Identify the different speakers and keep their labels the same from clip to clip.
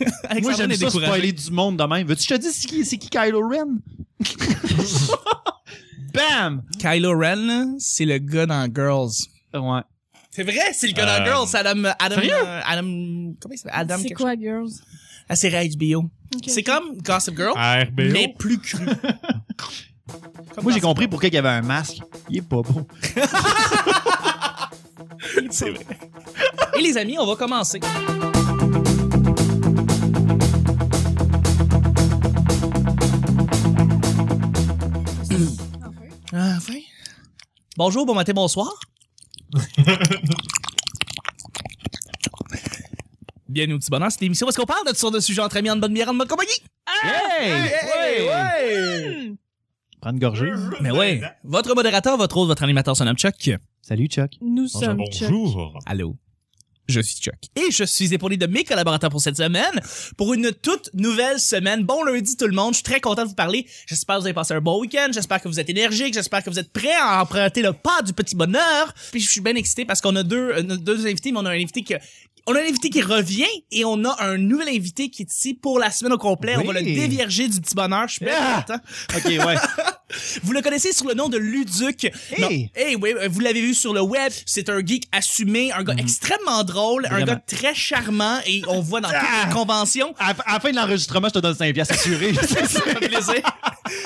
Speaker 1: Moi,
Speaker 2: Alexandra
Speaker 1: j'aime
Speaker 2: est
Speaker 1: ça
Speaker 2: découragée.
Speaker 1: spoiler du monde de même. Veux-tu que je te dise c'est qui, c'est qui Kylo Ren? Bam!
Speaker 2: Kylo Ren, là, c'est le gars dans Girls.
Speaker 1: Ouais.
Speaker 2: C'est vrai, c'est le gars dans
Speaker 3: Euh,
Speaker 2: Girls. c'est Adam, Adam,
Speaker 1: sérieux?
Speaker 2: euh, Adam, comment il s'appelle? Adam,
Speaker 4: C'est
Speaker 2: quelque
Speaker 4: quoi, Girls?
Speaker 2: chose. Ah, La série HBO.
Speaker 4: Ok,
Speaker 2: C'est
Speaker 4: ok.
Speaker 2: comme Gossip Girl,
Speaker 3: RBO.
Speaker 2: mais plus cru.
Speaker 1: Moi, j'ai compris pourquoi il y avait un masque. Il est pas beau.
Speaker 2: C'est vrai. Et les amis, on va commencer. Ah, enfin. Bonjour, bon matin, bonsoir. Bienvenue au petit bonheur, c'est l'émission où est-ce qu'on parle de toutes sortes de sujets entre amis, en bonne bière, en bonne compagnie.
Speaker 1: Hey!
Speaker 2: Ah! Hey,
Speaker 1: Prends une gorgée.
Speaker 2: Mais ouais, votre modérateur, votre hôte, votre animateur se nomme Chuck.
Speaker 1: Salut, Chuck.
Speaker 4: Nous sommes Chuck.
Speaker 3: Bonjour.
Speaker 2: Allô. Je suis Chuck. Et je suis épaulé de mes collaborateurs pour cette semaine, pour une toute nouvelle semaine. Bon lundi tout le monde, je suis très content de vous parler. J'espère que vous avez passé un bon week-end, j'espère que vous êtes énergique, j'espère que vous êtes prêts à emprunter le pas du petit bonheur. Puis je suis bien excité parce qu'on a deux, euh, deux invités, mais on a un invité que... On a un invité qui revient et on a un nouvel invité qui est ici pour la semaine au complet. On
Speaker 1: Oui.
Speaker 2: va le dévierger du petit bonheur. Je suis bien
Speaker 1: Ah!
Speaker 2: content.
Speaker 1: OK, ouais.
Speaker 2: Vous le connaissez sous le nom de Luduc. Non.
Speaker 1: Hey!
Speaker 2: Hey, oui, euh, vous l'avez vu sur le web. C'est un geek assumé, un gars extrêmement drôle, un
Speaker 1: Mhm. Vraiment.
Speaker 2: gars très charmant et on le voit dans toutes
Speaker 1: Ah!
Speaker 2: les conventions.
Speaker 1: À, à la fin de l'enregistrement, je te donne 5 piastres assuré.
Speaker 2: Ça fait plaisir.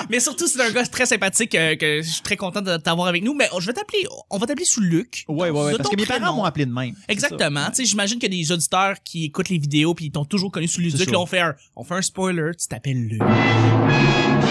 Speaker 2: Mais surtout, c'est un gars très sympathique euh, que je suis très content de t'avoir avec nous. Mais je vais t'appeler, on va t'appeler sous Luc.
Speaker 1: ouais, ouais,
Speaker 2: De
Speaker 1: ouais. Parce
Speaker 2: ton
Speaker 1: que mes
Speaker 2: prénom.
Speaker 1: parents m'ont appelé de même. C'est
Speaker 2: Exactement. Tu sais, j'imagine qu'il y a des auditeurs qui écoutent les vidéos puis ils t'ont toujours connu sous Luduc.
Speaker 1: sûr.
Speaker 2: Là, on fait un, on fait un spoiler. Tu t'appelles Luc.
Speaker 1: ça.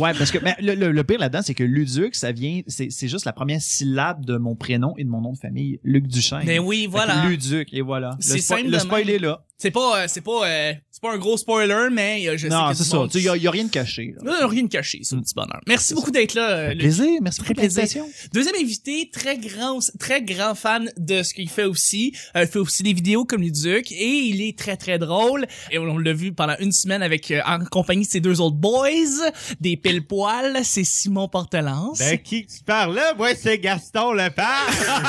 Speaker 1: Ouais, parce que mais le, le- le pire là-dedans, c'est que Luduc, ça vient, c'est c'est juste la première syllabe de mon prénom et de mon nom de famille, Luc Duchesne.
Speaker 2: Mais oui,
Speaker 1: Fait
Speaker 2: voilà.
Speaker 1: que Luduc, et voilà. Le,
Speaker 2: C'est
Speaker 1: spo-
Speaker 2: simple de
Speaker 1: le spoil
Speaker 2: même.
Speaker 1: est là.
Speaker 2: C'est pas, euh, c'est pas, euh, c'est pas un gros spoiler, mais euh, je sais
Speaker 1: non,
Speaker 2: que
Speaker 1: c'est
Speaker 2: du
Speaker 1: ça.
Speaker 2: monde-
Speaker 1: Tu sais, y a, y a rien de caché. Là.
Speaker 2: Là, on a rien de caché, c'est un petit bonheur. Merci beaucoup d'être là. euh, Luc.
Speaker 1: Plaisir, merci
Speaker 2: Très
Speaker 1: pour
Speaker 2: plaisir.
Speaker 1: l'invitation.
Speaker 2: Deuxième invité, très grand, très grand fan de ce qu'il fait aussi. Euh, il fait aussi des vidéos comme les Duc et il est très très drôle. Et on, on l'a vu pendant une semaine avec euh, en compagnie de ses deux autres boys, des pile poils. C'est Simon Portelance.
Speaker 3: De Ben, qui tu parles là? Moi, c'est Gaston Lepage.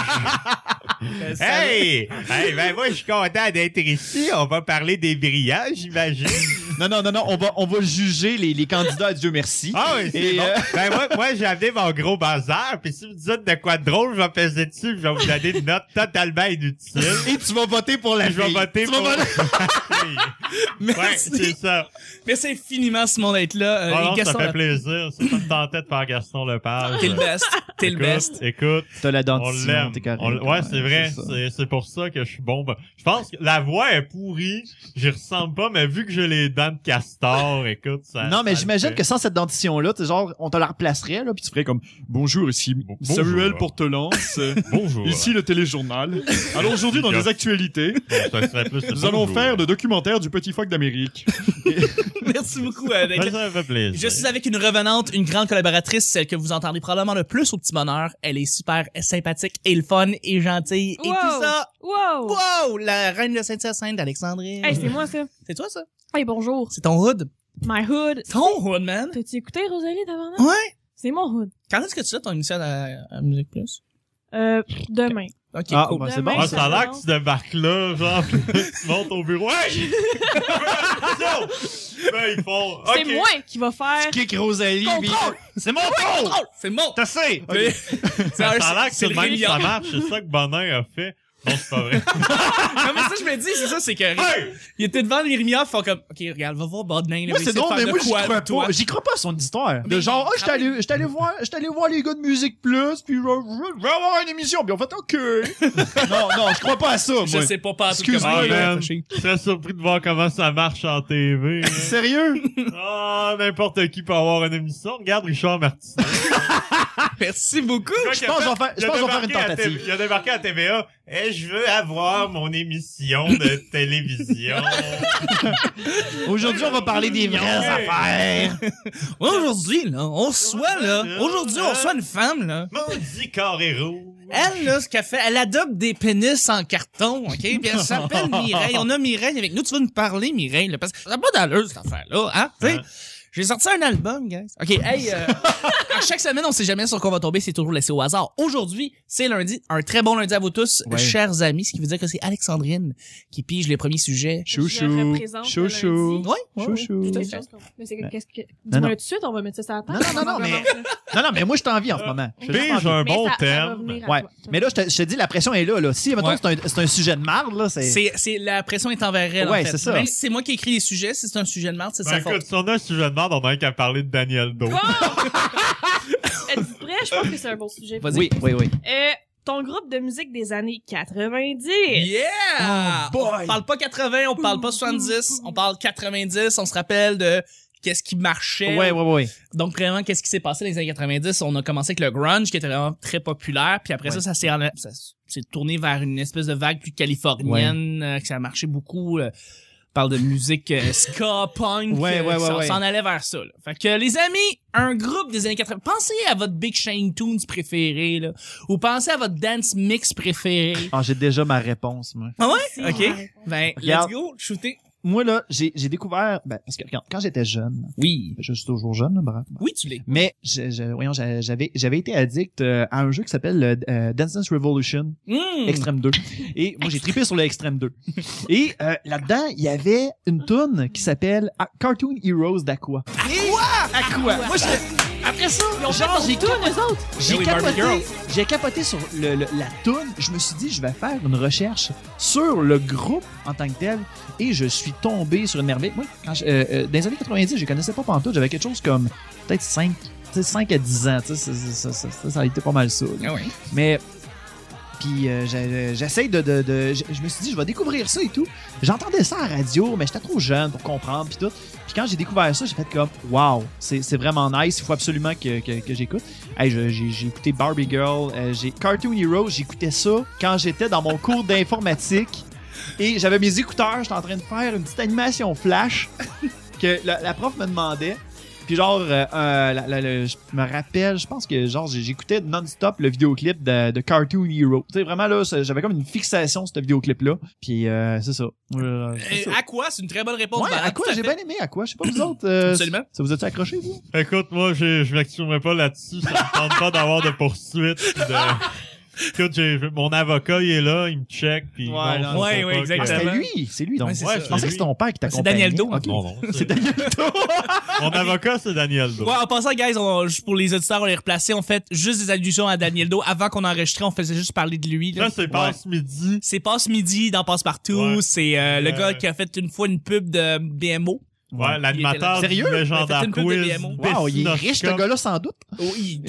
Speaker 2: Euh, ça-
Speaker 3: hey! Hey, ben moi, je suis content d'être ici. On va parler des brillages, j'imagine.
Speaker 1: Non, non, non, non, on va, on va juger les, les candidats à Dieu merci.
Speaker 3: Ah oui, c'est
Speaker 1: Et,
Speaker 3: bon.
Speaker 1: euh,
Speaker 3: Ben moi, moi j'ai amené mon gros bazar, puis si vous dites de quoi de drôle, je vais peser dessus, puis je vais vous donner une note totalement inutile.
Speaker 1: euh, et tu vas voter pour la
Speaker 3: Je vais
Speaker 1: fille.
Speaker 3: voter
Speaker 1: Tu
Speaker 3: pour...
Speaker 1: vas voter-
Speaker 3: ouais,
Speaker 2: Merci.
Speaker 3: c'est ça.
Speaker 2: Merci infiniment Simon d'être là. Euh,
Speaker 3: Ah
Speaker 2: et
Speaker 3: non, ça
Speaker 2: Gaston,
Speaker 3: fait plaisir. C'est pas me tentait de faire Gaston Lepage.
Speaker 2: T'es le best. T'es le
Speaker 3: Écoute,
Speaker 2: best.
Speaker 3: Écoute,
Speaker 1: T'as la
Speaker 3: on
Speaker 1: dentition,
Speaker 3: l'aime.
Speaker 1: t'es correct.
Speaker 3: On l- Ouais, c'est vrai.
Speaker 1: ça.
Speaker 3: C'est- C'est pour ça que je suis bon. Ben, Je pense que la voix est pourrie. J'y ressemble pas, mais vu que j'ai les dents de castor, écoute, ça.
Speaker 1: Non, mais
Speaker 3: ça
Speaker 1: j'imagine
Speaker 3: le
Speaker 1: que
Speaker 3: fait.
Speaker 1: sans cette dentition-là, t'es genre, on te la replacerait, là, puis tu ferais comme Bonjour, ici
Speaker 3: bonjour.
Speaker 1: Portelance, euh,
Speaker 3: Bonjour.
Speaker 1: le téléjournal. Alors aujourd'hui,
Speaker 3: Yes.
Speaker 1: actualités,
Speaker 3: Ça serait plus le bonjour.
Speaker 1: le documentaire du petit phoque d'Amérique.
Speaker 2: Merci beaucoup euh, d'être là.
Speaker 3: Ben, Ça me fait plaisir.
Speaker 2: Je suis avec une revenante, une grande collaboratrice, celle que vous entendez probablement le plus au petit bonheur. Elle est super sympathique et le fun et gentille et
Speaker 4: Wow.
Speaker 2: tout ça.
Speaker 4: Wow!
Speaker 2: Wow! La reine de Sainte-Hyacinthe d'Alexandrie.
Speaker 4: Hey, c'est moi, ça.
Speaker 2: Oh. C'est toi, ça?
Speaker 4: Hey, bonjour.
Speaker 2: C'est ton hood.
Speaker 4: My hood.
Speaker 2: Ton hood, man.
Speaker 4: T'as-tu écouté Rosalie d'avant?
Speaker 2: Ouais.
Speaker 4: C'est mon hood.
Speaker 2: Quand est-ce que tu as ton initial à, à Musique Plus?
Speaker 4: Euh, demain.
Speaker 2: Ok,
Speaker 1: Ah,
Speaker 2: cool.
Speaker 1: bah, c'est
Speaker 4: Demain,
Speaker 1: bon.
Speaker 3: Ah,
Speaker 4: ça
Speaker 3: ça a
Speaker 4: va.
Speaker 3: l'air que tu débarques là, genre, pis tu montes au bureau. Hey! Non! ben, ils font.
Speaker 4: C'est
Speaker 3: ok.
Speaker 4: moi qui va faire.
Speaker 1: Kick Rosalie. puis-
Speaker 2: Contrôle!
Speaker 1: C'est mon tour!
Speaker 2: Oh, c'est mon!
Speaker 1: T'as sais!
Speaker 2: Mais- C'est
Speaker 3: Ça
Speaker 2: un-
Speaker 3: a l'air que
Speaker 2: c'est
Speaker 3: c'est le même que
Speaker 2: brillant.
Speaker 3: ça marche. C'est ça que Bonin a fait. Non, c'est pas vrai.
Speaker 2: Non, mais ça, je me dis, c'est ça, c'est que.
Speaker 3: hey!
Speaker 2: Il était devant les Rémi ils font comme, OK, regarde, va voir Bodman.
Speaker 1: Ah! Moi, c'est drôle, mais moi, j'y crois
Speaker 2: toi.
Speaker 1: pas. J'y crois pas à son histoire.
Speaker 2: Mais
Speaker 1: De genre, ah, j'étais
Speaker 2: travaille-
Speaker 1: allé, j'étais allé voir, j'étais allé voir les gars de Musique Plus, puis je je- je vais avoir une émission, puis on fait, OK. non, non, je crois pas à ça, moi.
Speaker 2: Je sais pas, pas tout
Speaker 1: Excuse-moi,
Speaker 2: comment il est
Speaker 3: Ah, man.
Speaker 2: fâché.
Speaker 3: Je serais surpris de voir comment ça marche en TV. hein.
Speaker 1: Sérieux?
Speaker 3: Ah, n'importe qui peut avoir une émission. Regarde Richard Martineau.
Speaker 2: Merci beaucoup.
Speaker 1: Je pense que je vais faire- je pense que je vais faire une tentative.
Speaker 3: Il a débarqué à TVA. Eh, je veux avoir mon émission de télévision.
Speaker 1: Aujourd'hui, on va parler des vraies
Speaker 3: Ouais.
Speaker 1: affaires.
Speaker 2: Aujourd'hui, là, on reçoit, là, aujourd'hui, on reçoit une femme, là.
Speaker 3: Maudit carré rouge.
Speaker 2: Elle, là, ce qu'elle fait, elle adopte des pénis en carton, OK? Puis elle s'appelle Mireille. On a Mireille avec nous. Tu vas nous parler, Mireille, là, parce que ça n'a pas d'allure, cette affaire-là, hein? Tu sais? J'ai sorti un album, guys. OK, hey, euh, à chaque semaine, on sait jamais sur quoi on va tomber, c'est toujours laissé au hasard. Aujourd'hui, c'est lundi. Un très bon lundi à vous tous,
Speaker 1: Ouais.
Speaker 2: chers amis, ce qui veut dire que c'est Alexandrine qui pige les premiers sujets.
Speaker 1: Chouchou. Chouchou.
Speaker 2: Ouais, ouais, ouais.
Speaker 1: Chouchou.
Speaker 2: Tout à
Speaker 4: Mais
Speaker 2: fait.
Speaker 4: c'est que- qu'est-ce que.
Speaker 1: Non, non.
Speaker 4: Dis-moi tout de suite, on va mettre ça sur la table.
Speaker 1: Non, non, non, non, mais- Non, non, mais moi, je t'envie en ce moment. Je t'envie.
Speaker 3: Pige un
Speaker 4: Mais
Speaker 3: bon
Speaker 4: ça- ça va
Speaker 3: terme.
Speaker 4: venir à
Speaker 1: Ouais.
Speaker 4: toi.
Speaker 1: Mais là, je te, je te dis, la pression est là. là. Si, mettons,
Speaker 2: Ouais.
Speaker 1: c'est un, c'est un sujet de marde, là, c'est.
Speaker 2: C'est, c'est, la pression est envers elle,
Speaker 1: Ouais,
Speaker 2: en fait.
Speaker 1: c'est ça.
Speaker 2: Même si c'est moi qui écris les sujets, si c'est un sujet de merde, c'est
Speaker 3: Ben,
Speaker 2: sa
Speaker 3: écoute,
Speaker 2: faute.
Speaker 3: si on a un sujet de merde, on a un qu'à parler de Daniel Do.
Speaker 4: Êtes-vous prêts? Je pense que c'est un bon sujet.
Speaker 2: Vas-y.
Speaker 1: Oui, oui, oui.
Speaker 4: Euh, ton groupe de musique des années 90.
Speaker 2: Yeah!
Speaker 1: Oh, boy!
Speaker 2: on parle pas 80, on parle pas 70, on parle 90, on se rappelle de qu'est-ce qui marchait.
Speaker 1: Ouais, ouais, ouais.
Speaker 2: Donc vraiment, qu'est-ce qui s'est passé dans les années 90 On a commencé avec le grunge qui était vraiment très populaire, puis après
Speaker 1: Ouais.
Speaker 2: ça, ça s'est en- ça s'est tourné vers une espèce de vague plus californienne, euh, que ça a marché beaucoup. euh, on parle de musique euh, ska, punk,
Speaker 1: Ouais,
Speaker 2: euh,
Speaker 1: ouais, ouais,
Speaker 2: ça
Speaker 1: ouais.
Speaker 2: s'en allait vers ça. là. Fait que les amis, un groupe des années 80, pensez à votre Big Shane Tunes préféré, là, ou pensez à votre dance mix préféré.
Speaker 1: Ah, j'ai déjà ma réponse, moi.
Speaker 2: Ah
Speaker 4: C'est
Speaker 2: ouais?
Speaker 4: ma
Speaker 2: Ok.
Speaker 4: réponse.
Speaker 2: Ben,
Speaker 1: Regarde.
Speaker 2: let's go, shooter.
Speaker 1: Moi, là, j'ai j'ai découvert. Ben, parce que regarde, quand j'étais jeune,
Speaker 2: Oui.
Speaker 1: je suis toujours jeune, hein, là, bref.
Speaker 2: Oui, tu l'es.
Speaker 1: Mais je- je- voyons, j'a- j'avais j'avais été addict euh, à un jeu qui s'appelle euh, euh, Dance Dance Revolution
Speaker 2: Hmm.
Speaker 1: Extreme 2. Et moi j'ai trippé sur le Extreme 2. Et euh, là-dedans, il y avait une tune qui s'appelle Ah, Cartoon Heroes d'Aqua. Aqua Aqua. Moi je- après ça, genre j'ai
Speaker 4: Toi, nous autres.
Speaker 1: j'ai
Speaker 2: Ben oui, Barbie
Speaker 1: capoté,
Speaker 2: Girl.
Speaker 1: j'ai capoté sur le- le- la toune. Je me suis dit, je vais faire une recherche sur le groupe en tant que tel. Et je suis tombé sur une merveille. Moi, quand je- euh, euh, dans les années 90, je connaissais pas pantoute. J'avais quelque chose comme peut-être 5, à 10 ans. Tu sais, Ça, ça, ça, ça, ça, ça a été pas mal ça. là.
Speaker 2: Ah ouais.
Speaker 1: Mais. Puis euh, j'ai- j'essaie de, de, de- Je je me suis dit, je vais découvrir ça et tout. J'entendais ça à la radio, mais j'étais trop jeune pour comprendre. Puis tout. Puis quand j'ai découvert ça, j'ai fait comme, wow, c'est c'est vraiment nice. Il faut absolument que, que, que j'écoute. Hey, je- j'ai j'ai écouté Barbie Girl, euh, j'ai Cartoon Hero, j'écoutais ça quand j'étais dans mon cours d'informatique. Et j'avais mes écouteurs, j'étais en train de faire une petite animation flash que la, la prof me demandait. Puis genre, euh, euh, la- la- la- je me rappelle, je pense que genre j'ai- j'écoutais non-stop le vidéoclip de, de Cartoon Hero. Tu sais, vraiment là, ça- j'avais comme une fixation sur ce vidéoclip-là. Puis euh, c'est ça. Euh, c'est
Speaker 2: Euh,
Speaker 1: ça.
Speaker 2: à quoi? C'est une très bonne réponse.
Speaker 1: Ouais,
Speaker 2: Barack,
Speaker 1: à quoi?
Speaker 2: tout à
Speaker 1: J'ai
Speaker 2: fait.
Speaker 1: bien aimé à quoi? Je sais pas vous autres. euh,
Speaker 2: Absolument.
Speaker 1: Ça vous a-tu accroché, vous?
Speaker 3: Écoute, moi, je, je m'exprimerai pas là-dessus. Ça me tente pas d'avoir de poursuites. pis de- Écoute, j'ai, mon avocat, il est là, il me check. Puis
Speaker 1: Ouais,
Speaker 3: non,
Speaker 1: non,
Speaker 3: faut
Speaker 2: ouais,
Speaker 3: pas
Speaker 2: ouais,
Speaker 3: que-
Speaker 1: Ah,
Speaker 2: exactement.
Speaker 1: c'était lui! C'est lui, donc.
Speaker 2: Ouais, c'est
Speaker 3: Ouais,
Speaker 2: ça.
Speaker 1: je pensais que c'était ton père qui
Speaker 2: C'est
Speaker 1: t'accompagnait.
Speaker 2: Daniel Do,
Speaker 1: Ok.
Speaker 3: Non, non,
Speaker 1: C'est Daniel Do!
Speaker 3: Mon avocat, c'est Daniel Do.
Speaker 2: Ouais, en passant, guys, on- juste pour les auditeurs, on les replacé. On fait juste des allusions à Daniel Do. Avant qu'on enregistrait, on faisait juste parler de lui. là.
Speaker 3: Là, c'est passe midi.
Speaker 2: C'est Passe Midi dans Passe Partout.
Speaker 3: Ouais.
Speaker 2: C'est euh, le
Speaker 3: Euh,
Speaker 2: gars qui a fait une fois une pub de BMO.
Speaker 3: Ouais, l'animateur
Speaker 2: Il était
Speaker 3: du
Speaker 2: là. Sérieux? Il a fait
Speaker 3: légendaire
Speaker 2: une pub de
Speaker 3: quiz.
Speaker 2: BMO.
Speaker 1: Wow, il est
Speaker 3: Dessinoscope.
Speaker 1: riche, ce gars-là, sans doute.
Speaker 2: Oui,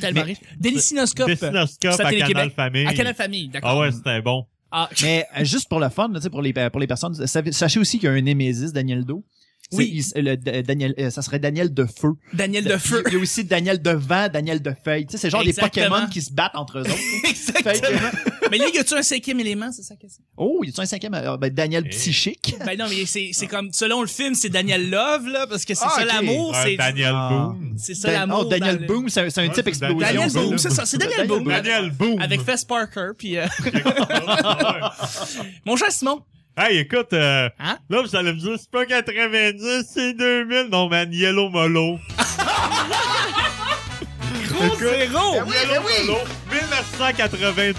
Speaker 2: tellement
Speaker 1: Mais-
Speaker 2: riche. Délicinoscope.
Speaker 3: Dessinoscope
Speaker 2: C'était
Speaker 3: à
Speaker 2: Télé-Québec.
Speaker 3: Canal Famille.
Speaker 2: À Canal Famille, d'accord.
Speaker 3: Ah ouais, c'était bon.
Speaker 2: Ah,
Speaker 1: Mais euh, juste pour le fun, là, tu sais, pour les, euh, pour les personnes, savez- sachez aussi qu'il y a un Némésis, Daniel Do. C'est-
Speaker 2: Oui.
Speaker 1: il- le- D- Daniel, euh, ça serait Daniel de feu.
Speaker 2: Daniel de Feu.
Speaker 1: Il y a aussi Daniel de vent, Daniel de feuille. Tu sais, c'est genre
Speaker 2: Exactement.
Speaker 1: des Pokémon qui se battent entre eux autres. Fait que-
Speaker 2: Exactement. mais là, y a-tu un cinquième élément, c'est ça que c'est?
Speaker 1: oh, il y a un cinquième, euh, ben, Daniel
Speaker 3: Eh.
Speaker 1: Psychique.
Speaker 2: Ben non, mais c'est, c'est comme, selon le film, c'est Daniel Love, là, parce que c'est
Speaker 1: Ah,
Speaker 2: ça
Speaker 1: ok.
Speaker 2: l'amour,
Speaker 3: Ouais,
Speaker 2: c'est,
Speaker 3: Daniel
Speaker 1: Ah.
Speaker 3: Boone.
Speaker 2: c'est ça
Speaker 1: Dan-
Speaker 2: l'amour.
Speaker 1: oh,
Speaker 2: dans
Speaker 1: Daniel
Speaker 2: le-
Speaker 1: Boom, c'est un, c'est un
Speaker 3: Ouais,
Speaker 1: type
Speaker 3: c'est
Speaker 1: explosion.
Speaker 2: Daniel
Speaker 3: Daniel
Speaker 2: Boone,
Speaker 3: Boone.
Speaker 2: c'est ça, c'est Daniel Boone.
Speaker 3: Daniel Boone. Ah
Speaker 2: Avec Fess Parker, puis euh, mon cher Simon.
Speaker 3: Hey, écoute, euh,
Speaker 2: Hein?
Speaker 3: là, vous allez me dire, c'est pas 90, c'est 2000. Non, man, Yellow Molo.
Speaker 2: Gros zéro!
Speaker 1: Oui, ben
Speaker 3: Yellow
Speaker 1: oui.
Speaker 3: Molo, 1999.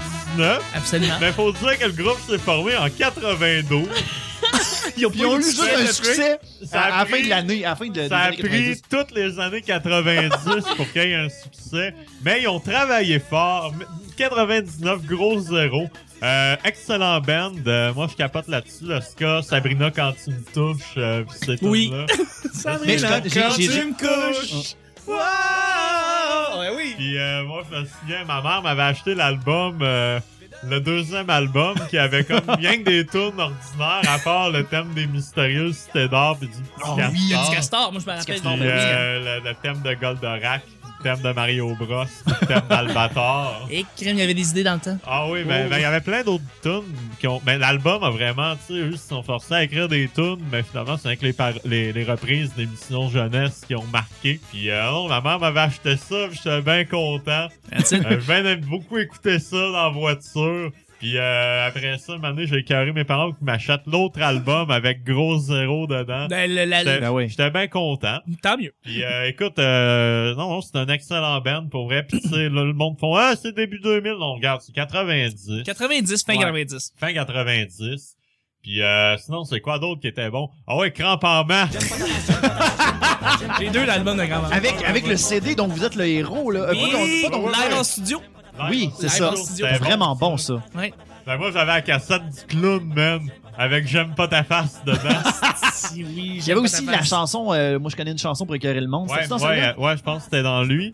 Speaker 2: Absolument.
Speaker 3: Mais faut dire que le groupe s'est formé en 92.
Speaker 2: Ils ont
Speaker 1: Puis ils ont eu juste
Speaker 3: Ça a
Speaker 1: un
Speaker 3: pris-
Speaker 1: succès
Speaker 3: Ça
Speaker 1: à, à
Speaker 3: a
Speaker 1: la fin
Speaker 3: pris-
Speaker 1: de l'année, à la fin de Euh, des
Speaker 3: Ça a
Speaker 1: années
Speaker 3: pris
Speaker 1: 90.
Speaker 3: toutes les années 90 pour qu'il y ait un succès. Mais ils ont travaillé fort. M- 99, gros zéro. Euh, excellent band. Euh, moi, je capote là-dessus. Le ska, Sabrina quand tu me touches. euh, pis c'est tout
Speaker 2: Oui.
Speaker 3: là.
Speaker 1: Mais je-
Speaker 2: Sabrina,
Speaker 1: j'ai- j'ai- j'ai-
Speaker 2: couches. Wow! Ah! Ouais, oui.
Speaker 3: Puis euh, moi, je me souviens, ma mère m'avait acheté l'album, euh, le deuxième album, qui avait comme rien que des tunes ordinaires, à part le thème des mystérieuses cités d'or puis du petit
Speaker 1: Oh
Speaker 3: castor.
Speaker 1: oui, il y a
Speaker 2: Du castor, moi, je me rappelle.
Speaker 1: Du castor,
Speaker 3: Ah. Puis,
Speaker 1: ben oui.
Speaker 3: euh, le, le thème de Goldorak, puis le thème de Mario Bros, puis le thème d'Albator.
Speaker 2: Et crème, il y avait des idées dans le temps.
Speaker 3: Ah oui, ben ben, il y avait plein d'autres tunes qui ont. Ben, l'album a vraiment, tu sais, eux, ils se sont forcés à écrire des tunes, mais finalement, c'est avec les, par- les, les reprises d'émissions jeunesse qui ont marqué. Puis, euh, non, ma mère m'avait acheté ça, puis j'étais bien content.
Speaker 2: That's it.
Speaker 3: Euh, Je viens de beaucoup écouter ça dans la voiture. Puis euh, après ça, un moment donné, j'ai écœuré mes parents qui m'achètent l'autre album avec gros zéro dedans.
Speaker 2: Ben, le- la-
Speaker 3: J'étais
Speaker 1: Ben oui.
Speaker 3: j'étais bien content.
Speaker 2: Tant mieux.
Speaker 3: Puis euh, écoute, euh, non, non, c'est un excellent band pour vrai. Puis tu sais, là, le monde font « Ah, c'est début 2000! » Non, regarde, c'est 90.
Speaker 2: 90, fin
Speaker 3: Ouais.
Speaker 2: 90.
Speaker 3: Fin 90. Puis euh, sinon, c'est quoi d'autre qui était bon? Ah ouais, Crampe en marche!
Speaker 2: J'ai deux albums de grand
Speaker 1: Avec, avec le CD, donc vous êtes le héros, là. Euh, pas
Speaker 2: Et
Speaker 1: donc- pas donc-
Speaker 2: live en studio.
Speaker 1: Oui, c'est
Speaker 2: Live
Speaker 1: ça.
Speaker 2: en studio.
Speaker 1: C'est
Speaker 3: C'était
Speaker 1: vraiment bon, ça.
Speaker 2: Ouais.
Speaker 3: Ben moi, j'avais la cassette du clown, man, avec « J'aime pas ta face » Ben. dedans.
Speaker 2: Si oui.
Speaker 1: Il y avait aussi la chanson, euh, moi je connais une chanson pour écœurer le monde.
Speaker 3: Ouais,
Speaker 1: C'est ça,
Speaker 3: ouais,
Speaker 1: celle-là?
Speaker 3: euh, ouais, je pense que c'était dans lui.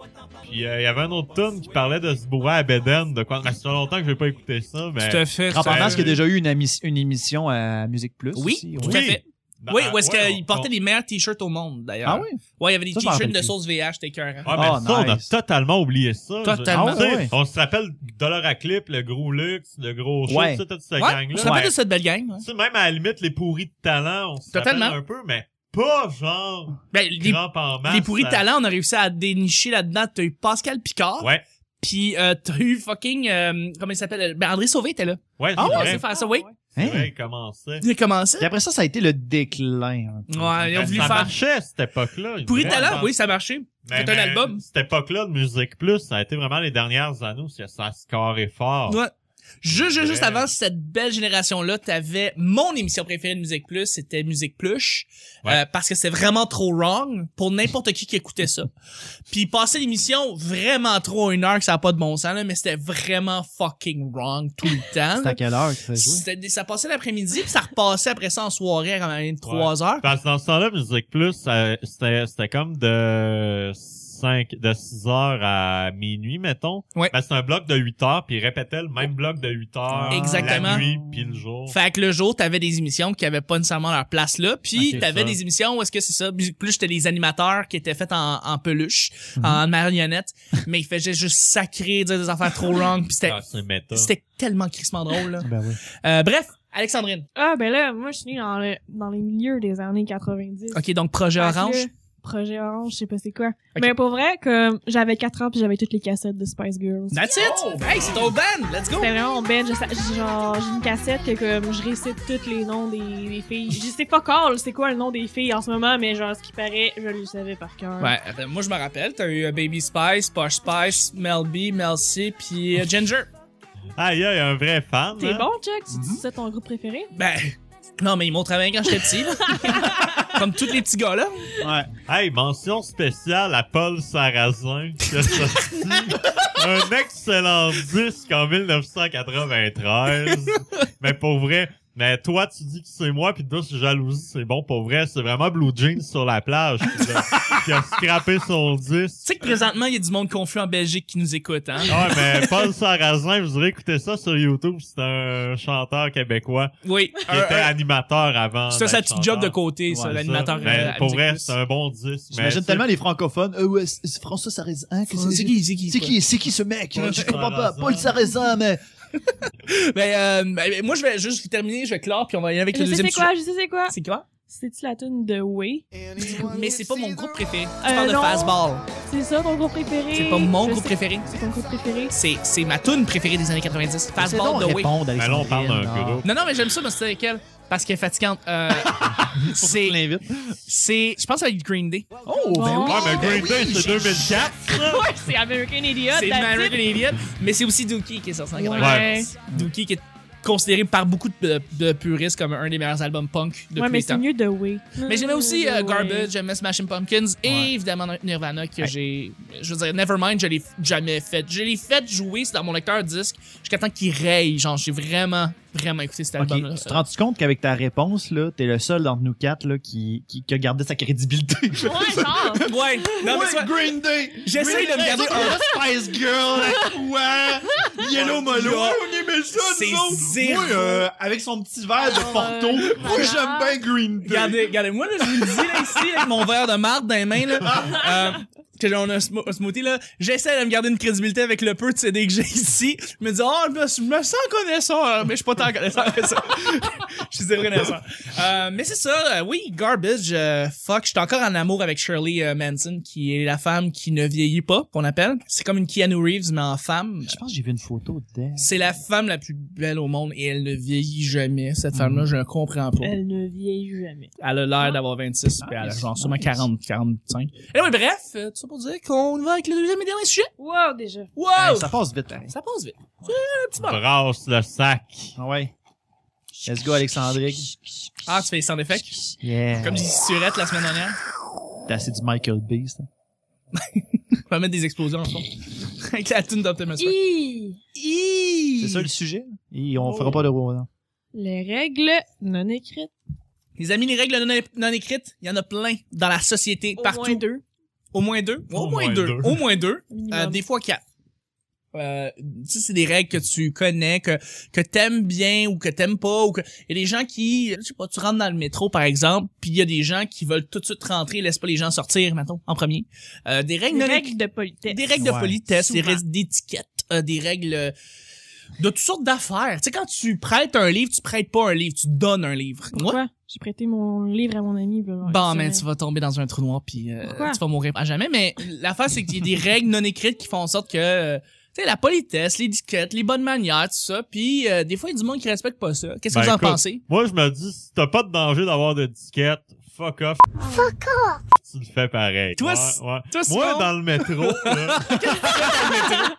Speaker 3: Puis euh, il y avait un autre tune qui parlait de se bourrer à Beden. De quoi... ben, ça fait longtemps que j'ai pas écouté ça, mais.
Speaker 2: Tout à fait.
Speaker 1: Grand
Speaker 2: tout à
Speaker 1: Pendant,
Speaker 2: fait.
Speaker 1: ce qui a déjà eu une, ami- une émission à Musique Plus.
Speaker 2: Oui,
Speaker 1: aussi,
Speaker 2: tout
Speaker 1: ouais.
Speaker 2: à fait.
Speaker 3: Non,
Speaker 2: Oui,
Speaker 3: euh,
Speaker 2: où est-ce
Speaker 3: ouais,
Speaker 2: qu'il
Speaker 3: on-
Speaker 2: portait
Speaker 3: on-
Speaker 2: les meilleurs t-shirts au monde, d'ailleurs.
Speaker 1: Ah oui?
Speaker 2: Ouais, il y avait des
Speaker 1: Ça, je m'en
Speaker 2: t-shirts de
Speaker 1: rappelle
Speaker 2: sauce VH, c'était écœurant.
Speaker 3: Ouais, mais
Speaker 1: Ah,
Speaker 3: ça, on a
Speaker 1: nice.
Speaker 3: totalement oublié ça.
Speaker 2: Totalement.
Speaker 3: Je- tu sais,
Speaker 1: Ah, ouais.
Speaker 3: On se rappelle Dollar à Clip, le gros luxe, le gros show,
Speaker 1: Ouais.
Speaker 3: tu sais, toute cette
Speaker 2: Ouais,
Speaker 3: gang-là.
Speaker 2: je me rappelle
Speaker 3: Mais,
Speaker 2: de cette belle gang. ouais.
Speaker 3: tu sais, même à la limite, les pourris de talent, on se rappelle
Speaker 2: Totalement.
Speaker 3: un peu, mais pas genre
Speaker 2: Ben, les,
Speaker 3: grand en masse.
Speaker 2: les pourris de
Speaker 3: ça-
Speaker 2: talent, on a réussi à dénicher là-dedans. T'as eu Pascal Picard.
Speaker 3: Ouais,
Speaker 2: Puis euh, t'as eu fucking... euh, comment il s'appelle? Ben, André Sauvé était là.
Speaker 3: ouais,
Speaker 2: Il a
Speaker 1: Ah
Speaker 3: c'est
Speaker 1: ouais,
Speaker 3: vrai.
Speaker 2: commencé à faire ça, oui.
Speaker 3: C'est
Speaker 1: Hein?
Speaker 3: vrai, il commençait.
Speaker 2: Il a commencé.
Speaker 1: Puis après ça, ça a été le déclin. un peu.
Speaker 2: Ouais, ils ont
Speaker 3: Ben,
Speaker 2: voulu
Speaker 3: ça
Speaker 2: faire...
Speaker 3: marchait à cette époque-là.
Speaker 2: Pourri de
Speaker 3: Ouais,
Speaker 2: talent,
Speaker 3: on-
Speaker 2: oui, ça marchait.
Speaker 3: Mais-
Speaker 2: C'était un
Speaker 3: mais
Speaker 2: album.
Speaker 3: Cette époque-là de Musique Plus, ça a été vraiment les dernières années où ça a scarré
Speaker 1: Ah.
Speaker 3: fort.
Speaker 2: Ouais. Juste, juste, juste
Speaker 3: Ouais.
Speaker 2: avant cette belle génération-là, t'avais mon émission préférée de Musique Plus, c'était Musique Plus,
Speaker 3: Ouais.
Speaker 2: euh, parce que c'est vraiment trop wrong pour n'importe qui qui écoutait ça. Puis passer l'émission vraiment trop à une heure que ça a pas de bon sens, là, mais c'était vraiment fucking wrong tout le temps.
Speaker 1: C'est à quelle heure que ça jouait?
Speaker 2: C'était- ça passait l'après-midi, puis ça repassait après ça en soirée à quand même 3 heures.
Speaker 3: Parce que dans ce temps-là, Musique Plus, ça- c'était c'était comme de 5, de 6 heures à minuit, mettons.
Speaker 2: Ouais.
Speaker 3: Ben, c'était un bloc de 8 heures, puis il répétait le même bloc de 8 heures.
Speaker 2: Exactement.
Speaker 3: La nuit, puis le jour.
Speaker 2: Fait que le jour, t'avais des émissions qui avaient pas nécessairement leur place là, puis
Speaker 3: Ok,
Speaker 2: t'avais
Speaker 3: Ah, ça.
Speaker 2: des émissions où est-ce que c'est ça, plus plus j'étais des animateurs qui étaient faits en, en peluche,
Speaker 3: Mhm.
Speaker 2: en marionnette, mais ils faisaient juste sacrer, dire des affaires trop wrong, puis c'était
Speaker 3: Ah, c'est méta.
Speaker 2: c'était tellement crissement drôle là.
Speaker 1: Ben oui.
Speaker 2: Euh, brèf, Alexandrine.
Speaker 4: Ah, ben là, moi, je suis née dans, le- dans les milieux des années 90.
Speaker 2: OK, donc projet
Speaker 4: Fait que
Speaker 2: orange.
Speaker 4: là, Projet Orange, je sais pas c'est quoi.
Speaker 2: Ok.
Speaker 4: Mais pour vrai, comme j'avais 4 ans puis j'avais toutes les cassettes de Spice Girls.
Speaker 2: That's it. hey, c'est ton band. Let's go.
Speaker 4: C'était vraiment ben, je sais- j'ai genre, j'ai une cassette que comme je récite tous les noms des, des filles. Je sais pas call, c'est quoi le nom des filles en ce moment, mais genre, ce qui paraît, je le savais par cœur.
Speaker 2: Ouais, attends, moi je me rappelle, t'as eu euh, Baby Spice, Posh Spice, Mel B, Mel C, puis euh, Ginger.
Speaker 3: Aïe, aïe, un vrai fan.
Speaker 4: T'es
Speaker 3: hein?
Speaker 4: bon, Chuck? Tu
Speaker 2: Mm-hmm.
Speaker 4: dis ça ton groupe préféré?
Speaker 2: Ben non, mais ils m'ont travaillé quand j'étais petit. là. Comme tous les petits gars là.
Speaker 1: Ouais.
Speaker 3: Hey, mention spéciale à Paul Sarrazin qui a sorti un excellent disque en 1993. mais pour vrai, mais toi tu dis que c'est moi puis douce jalousie, c'est bon pour vrai, c'est vraiment Blue Jeans sur la plage qui a, qui a scrappé son
Speaker 2: Tu
Speaker 3: disque.
Speaker 2: sais que présentement, il y a du monde confus en Belgique qui nous écoute, hein?
Speaker 3: Ah mais Paul Sarrazin, vous aurez écouté ça sur YouTube, c'est un chanteur québécois
Speaker 2: Oui.
Speaker 3: qui était animateur avant.
Speaker 2: C'était sa
Speaker 3: d'être
Speaker 2: petite job de
Speaker 3: chanteur.
Speaker 2: côté,
Speaker 3: Ouais,
Speaker 2: ça,
Speaker 3: ça.
Speaker 2: l'animateur.
Speaker 3: Mais
Speaker 2: euh, à
Speaker 3: pour
Speaker 2: Musique
Speaker 3: vrai,
Speaker 2: Plus.
Speaker 3: c'est un bon disque. mais
Speaker 1: J'imagine
Speaker 3: c'est-
Speaker 1: tellement les francophones. Euh, ouais, c'est- c'est François Sarrazin. hein, qu'est-ce que
Speaker 2: C'est
Speaker 1: c'est
Speaker 2: qui, c'est qui?
Speaker 1: c'est qui, c'est qui ce mec?
Speaker 3: Paul
Speaker 1: Je comprends pas.
Speaker 3: Sarrazin.
Speaker 1: Paul Sarrazin, mais.
Speaker 2: Ben, euh, ben, moi, je vais juste terminer, je vais clore, puis on va y aller avec
Speaker 4: je
Speaker 2: le
Speaker 4: sais
Speaker 2: deuxième
Speaker 4: c'est quoi, je sais c'est quoi.
Speaker 2: sujet. C'est quoi?
Speaker 4: C'est-tu la tune de Way?
Speaker 2: Mais c'est pas mon groupe préféré. Tu
Speaker 4: Euh,
Speaker 2: parles de
Speaker 4: non.
Speaker 2: Fastball.
Speaker 4: C'est ça ton groupe préféré?
Speaker 2: C'est pas mon
Speaker 4: Je
Speaker 2: groupe
Speaker 4: sais-
Speaker 2: préféré.
Speaker 4: C'est ton groupe préféré?
Speaker 2: C'est, c'est ma tune préférée des années 90.
Speaker 1: C'est long
Speaker 2: Fastball de Way.
Speaker 1: répondre,
Speaker 3: Mais là, on parle d'un
Speaker 1: Alexandrine,
Speaker 3: groupe.
Speaker 2: Non, non, mais j'aime ça, mais c'est avec elle. Parce qu'elle est fatigante. Euh,
Speaker 1: Je
Speaker 2: c'est,
Speaker 1: l'invite.
Speaker 2: c'est, je pense avec Green Day.
Speaker 1: Oh, ben
Speaker 4: Bon.
Speaker 1: oui.
Speaker 3: Ouais, mais
Speaker 1: ben
Speaker 3: Green
Speaker 1: oui,
Speaker 3: Day, c'est
Speaker 1: j'ai-
Speaker 3: 2004, ça!
Speaker 4: Ouais, c'est American Idiot.
Speaker 2: C'est
Speaker 4: that's it.
Speaker 2: American Idiot. Mais c'est aussi Dookie qui est sorti en
Speaker 4: Ouais.
Speaker 2: 90. Dookie qui est considéré par beaucoup de, de puristes comme un des meilleurs albums punk de
Speaker 4: Ouais,
Speaker 2: tous
Speaker 4: mais
Speaker 2: les
Speaker 4: c'est
Speaker 2: temps.
Speaker 4: mieux de Way.
Speaker 2: Mais j'aimais aussi
Speaker 4: The
Speaker 2: euh,
Speaker 4: Way.
Speaker 2: Garbage, j'aimais Smashing Pumpkins et évidemment Nirvana que j'ai. Je veux dire, Nevermind, je l'ai jamais fait. Je l'ai fait jouer dans mon lecteur disque jusqu'à temps qu'il raye. Genre, j'ai vraiment, vraiment écouté cet
Speaker 1: Ok,
Speaker 2: album.
Speaker 1: Tu te rends compte qu'avec ta réponse, là, t'es le seul d'entre nous quatre là, qui, qui, qui a gardé sa crédibilité?
Speaker 4: Ouais, genre.
Speaker 2: Ouais, non, mais c'est-
Speaker 1: Green Day!
Speaker 2: j'essaye de me garder un.
Speaker 1: Spice Girl! Ouais! Yellow
Speaker 2: Molo,
Speaker 1: on aimait ça,
Speaker 2: nous C'est autres. zéro. Moi, euh,
Speaker 1: avec son petit verre
Speaker 4: de Porto, Euh, moi, voilà. j'aime bien
Speaker 1: Green
Speaker 2: Regardez, regardez, moi, là, je vous le dis, là, ici, avec mon verre de marde dans les mains, là. Euh, que genre, on a un, smo- un smoothie, là, j'essaie de me garder une crédibilité avec le peu de CD que j'ai ici. Je me dis, oh, je me, je me sens connaisseur, mais je suis pas tant connaisseur que ça. je suis zéro connaisseur. Euh, mais c'est ça, euh, oui, Garbage, euh, fuck, je suis encore en amour avec Shirley euh, Manson, qui est la femme qui ne vieillit pas, qu'on appelle. C'est comme une Keanu Reeves, mais en femme.
Speaker 1: Je pense que j'ai vu une photo d'elle.
Speaker 2: C'est la femme la plus belle au monde et elle ne vieillit jamais. Cette femme-là, je ne comprends pas.
Speaker 4: Elle ne vieillit jamais.
Speaker 2: Elle a l'air d'avoir 26, puis elle a genre sûrement 40, 45. Et ouais, bref, euh, tout ça pour dire qu'on va avec le deuxième et dernier sujet.
Speaker 4: Wow, déjà.
Speaker 2: Wow!
Speaker 1: Hey,
Speaker 2: ça...
Speaker 1: ça passe vite, hein.
Speaker 2: passe vite. C'est un petit moment.
Speaker 3: Brasse le sac.
Speaker 1: Ah ouais. Let's go, Alexandrique.
Speaker 2: Ah, tu fais sans effet.
Speaker 1: Yeah.
Speaker 2: Comme j'ai dit surette la semaine dernière.
Speaker 1: T'as assez du Michael B, ça.
Speaker 2: On va mettre des explosions en fond. avec la tune d'Optimus Prime.
Speaker 4: I.
Speaker 1: C'est ça le sujet? Et
Speaker 2: Oh,
Speaker 1: on fera pas de non.
Speaker 4: Les règles non écrites.
Speaker 2: Les amis, les règles non, non écrites, il y en a plein dans la société,
Speaker 4: Au
Speaker 2: partout.
Speaker 4: moins deux.
Speaker 2: Au moins deux. Au, moins, deux. Au moins deux. Euh, des fois quatre. Euh, ça, c'est des règles que tu connais, que, que t'aimes bien ou que t'aimes pas. ou que Il y a des gens qui, je sais pas, tu rentres dans le métro, par exemple, puis il y a des gens qui veulent tout de suite rentrer, laissent pas les gens sortir, maintenant en premier. Euh, des règles,
Speaker 4: Des
Speaker 2: non-
Speaker 4: règles de politesse.
Speaker 2: des règles de
Speaker 1: Ouais,
Speaker 2: politesse, des
Speaker 4: souvent.
Speaker 2: règles d'étiquette, euh, des règles euh, de toutes sortes d'affaires. Tu sais, quand tu prêtes un livre, tu prêtes pas un livre, tu donnes un livre. Moi,
Speaker 4: Pourquoi? J'ai prêté mon livre à mon ami.
Speaker 2: Bon, mais tu vas tomber dans un trou noir puis euh,
Speaker 4: Pourquoi?
Speaker 2: tu vas mourir à jamais. Mais l'affaire, c'est qu'il y a des règles non écrites qui font en sorte que, euh, tu sais, la politesse, les discrètes, les bonnes manières, tout ça. Puis euh, des fois, il y a du monde qui respecte pas ça. Qu'est-ce que
Speaker 3: Ben,
Speaker 2: vous en
Speaker 3: écoute.
Speaker 2: pensez?
Speaker 3: Moi, je me dis, si t'as pas de danger d'avoir de disquette, fuck off. Fuck off! Tu le fais pareil.
Speaker 2: Toi,
Speaker 3: Ouais,
Speaker 2: c-
Speaker 3: ouais.
Speaker 2: Toi, Simon?
Speaker 3: Moi, dans le métro, là,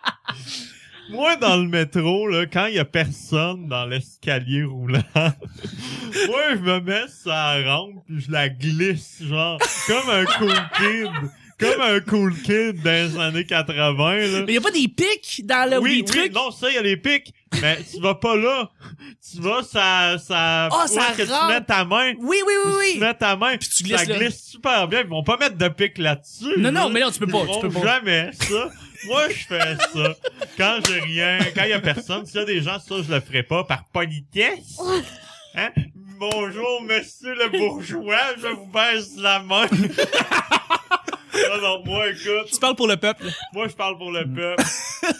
Speaker 3: moi, dans le métro, là, quand il y a personne dans l'escalier roulant, moi, je me mets sur la rampe puis je la glisse, genre, comme un cool kid. Comme un cool kid dans les années 80, là.
Speaker 2: Mais y a pas des pics dans le
Speaker 3: oui,
Speaker 2: des trucs?
Speaker 3: non, ça, il y a les pics. Mais tu vas pas là. Tu vas, ça, ça,
Speaker 2: Ah,
Speaker 3: où
Speaker 2: ça
Speaker 3: est-ce que tu
Speaker 2: rentre.
Speaker 3: mets ta main.
Speaker 2: Oui, oui, oui,
Speaker 3: Tu
Speaker 2: oui.
Speaker 3: mets ta main, puis
Speaker 2: tu
Speaker 3: tu
Speaker 2: glisses
Speaker 3: ça
Speaker 2: là.
Speaker 3: glisse super bien. Ils vont pas mettre de pic là-dessus.
Speaker 2: Non,
Speaker 3: là.
Speaker 2: non, mais non, tu peux
Speaker 3: Ils
Speaker 2: pas, tu peux
Speaker 3: feront
Speaker 2: pas.
Speaker 3: jamais ça. Moi, je fais ça. Quand j'ai rien, quand il y a personne, s'il y a des gens, ça, je le ferai pas par politesse. Hein? Bonjour, monsieur le bourgeois, je vous baisse la main. non, non, moi, écoute,
Speaker 2: Tu parles pour le peuple.
Speaker 3: moi, je parle pour le peuple.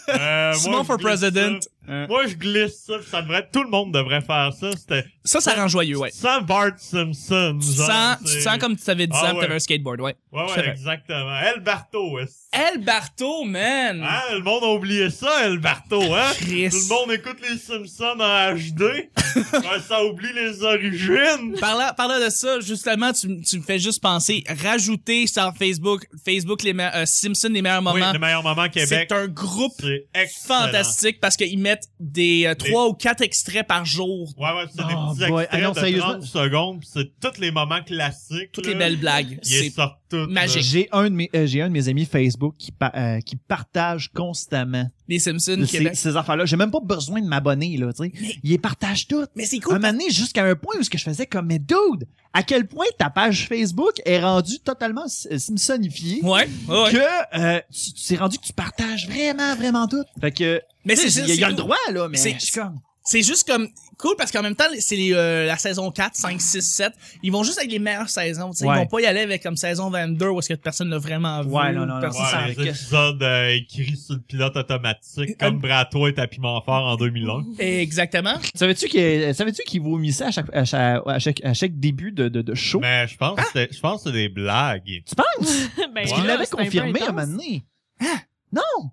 Speaker 3: Euh,
Speaker 2: Simon
Speaker 3: moi, je
Speaker 2: Mm. for
Speaker 3: glisse
Speaker 2: president.
Speaker 3: ça. Moi, je glisse ça, puis ça devrait, tout le monde devrait faire ça. C'était
Speaker 2: Ça, ça rend joyeux, ouais.
Speaker 3: sans Bart Simpson.
Speaker 2: Tu te
Speaker 3: genre,
Speaker 2: sens, tu te
Speaker 3: c'est-
Speaker 2: sens comme tu t'avais dit
Speaker 3: Ah,
Speaker 2: ça,
Speaker 3: ouais.
Speaker 2: t'avais un skateboard, ouais.
Speaker 3: Ouais,
Speaker 2: Tout à
Speaker 3: ouais,
Speaker 2: fait.
Speaker 3: exactement. El Barto, est-ce-
Speaker 2: El Barto, man!
Speaker 3: Hein, le monde a oublié ça, El Barto, hein?
Speaker 2: Mm. Chris.
Speaker 3: Tout le monde écoute les Simpsons en HD. Ben, ça oublie les origines.
Speaker 2: Parlant, parlant de ça, justement, tu, m- tu me fais juste penser, rajouter sur Facebook, Facebook, les me- euh, Simpson, les meilleurs
Speaker 3: Oui,
Speaker 2: moments.
Speaker 3: le meilleur moment Québec.
Speaker 2: c'est un groupe
Speaker 3: C'est excellent.
Speaker 2: fantastique parce qu'ils mettent des euh, trois ou quatre extraits par jour.
Speaker 3: Ouais, ouais, c'est
Speaker 1: Oh
Speaker 3: des petits
Speaker 1: boy.
Speaker 3: extraits
Speaker 1: Ah non,
Speaker 3: de
Speaker 1: sérieusement.
Speaker 3: 30 secondes. pis C'est tous les moments classiques.
Speaker 2: Toutes
Speaker 3: là.
Speaker 2: les belles blagues.
Speaker 3: Ils
Speaker 2: C'est
Speaker 3: sortent toutes.
Speaker 2: magique.
Speaker 1: J'ai un, de mes- euh, j'ai un de mes amis Facebook qui, pa- euh, qui partage constamment
Speaker 2: les Simpsons
Speaker 1: ces,
Speaker 2: Québec.
Speaker 1: ces affaires-là. J'ai même pas besoin de m'abonner, là, tu sais. Il les partage toutes.
Speaker 2: Mais c'est
Speaker 1: Un
Speaker 2: cool.
Speaker 1: moment donné, jusqu'à un point où ce que je faisais comme, mais dude, à quel point ta page Facebook est rendue totalement s- euh, Simpsonifiée
Speaker 2: Ah, Ouais, ouais, ouais.
Speaker 1: que euh, tu tu t'es rendu que tu partages vraiment, vraiment tout. Fait que,
Speaker 2: Mais
Speaker 1: tu
Speaker 2: c'est
Speaker 1: sais,
Speaker 2: juste,
Speaker 1: il y a- il y a
Speaker 2: c'est
Speaker 1: le
Speaker 2: cool.
Speaker 1: droit, là, mais
Speaker 2: C'est-
Speaker 1: je suis comme...
Speaker 2: C'est juste comme cool parce qu'en même temps, c'est les, euh, la saison 4, 5, 6, 7. Ils vont juste avec les meilleures saisons. tu sais.
Speaker 1: Ouais.
Speaker 2: Ils vont pas y aller avec comme saison 22 où est-ce que personne l'a vraiment vu.
Speaker 1: Ouais, non, non, non.
Speaker 2: personne
Speaker 3: Ouais,
Speaker 2: s'en-
Speaker 1: ça,
Speaker 3: les
Speaker 1: qu'est-ce-
Speaker 3: épisodes euh, écrits sur le pilote automatique,
Speaker 1: Euh,
Speaker 3: comme Bratois et Tapiment Fort en 2001.
Speaker 2: Exactement.
Speaker 1: Savais-tu qu'il savais-tu qu'il vomissait à chaque, à chaque, à chaque, à chaque début de, de, de show?
Speaker 3: Mais je pense que c'était- je pense que c'est des blagues.
Speaker 1: Tu penses?
Speaker 4: ben,
Speaker 1: Parce qu'il
Speaker 4: là,
Speaker 1: l'avait
Speaker 4: c'est un peu
Speaker 1: confirmé à un
Speaker 4: intense.
Speaker 1: moment donné. Ah, non!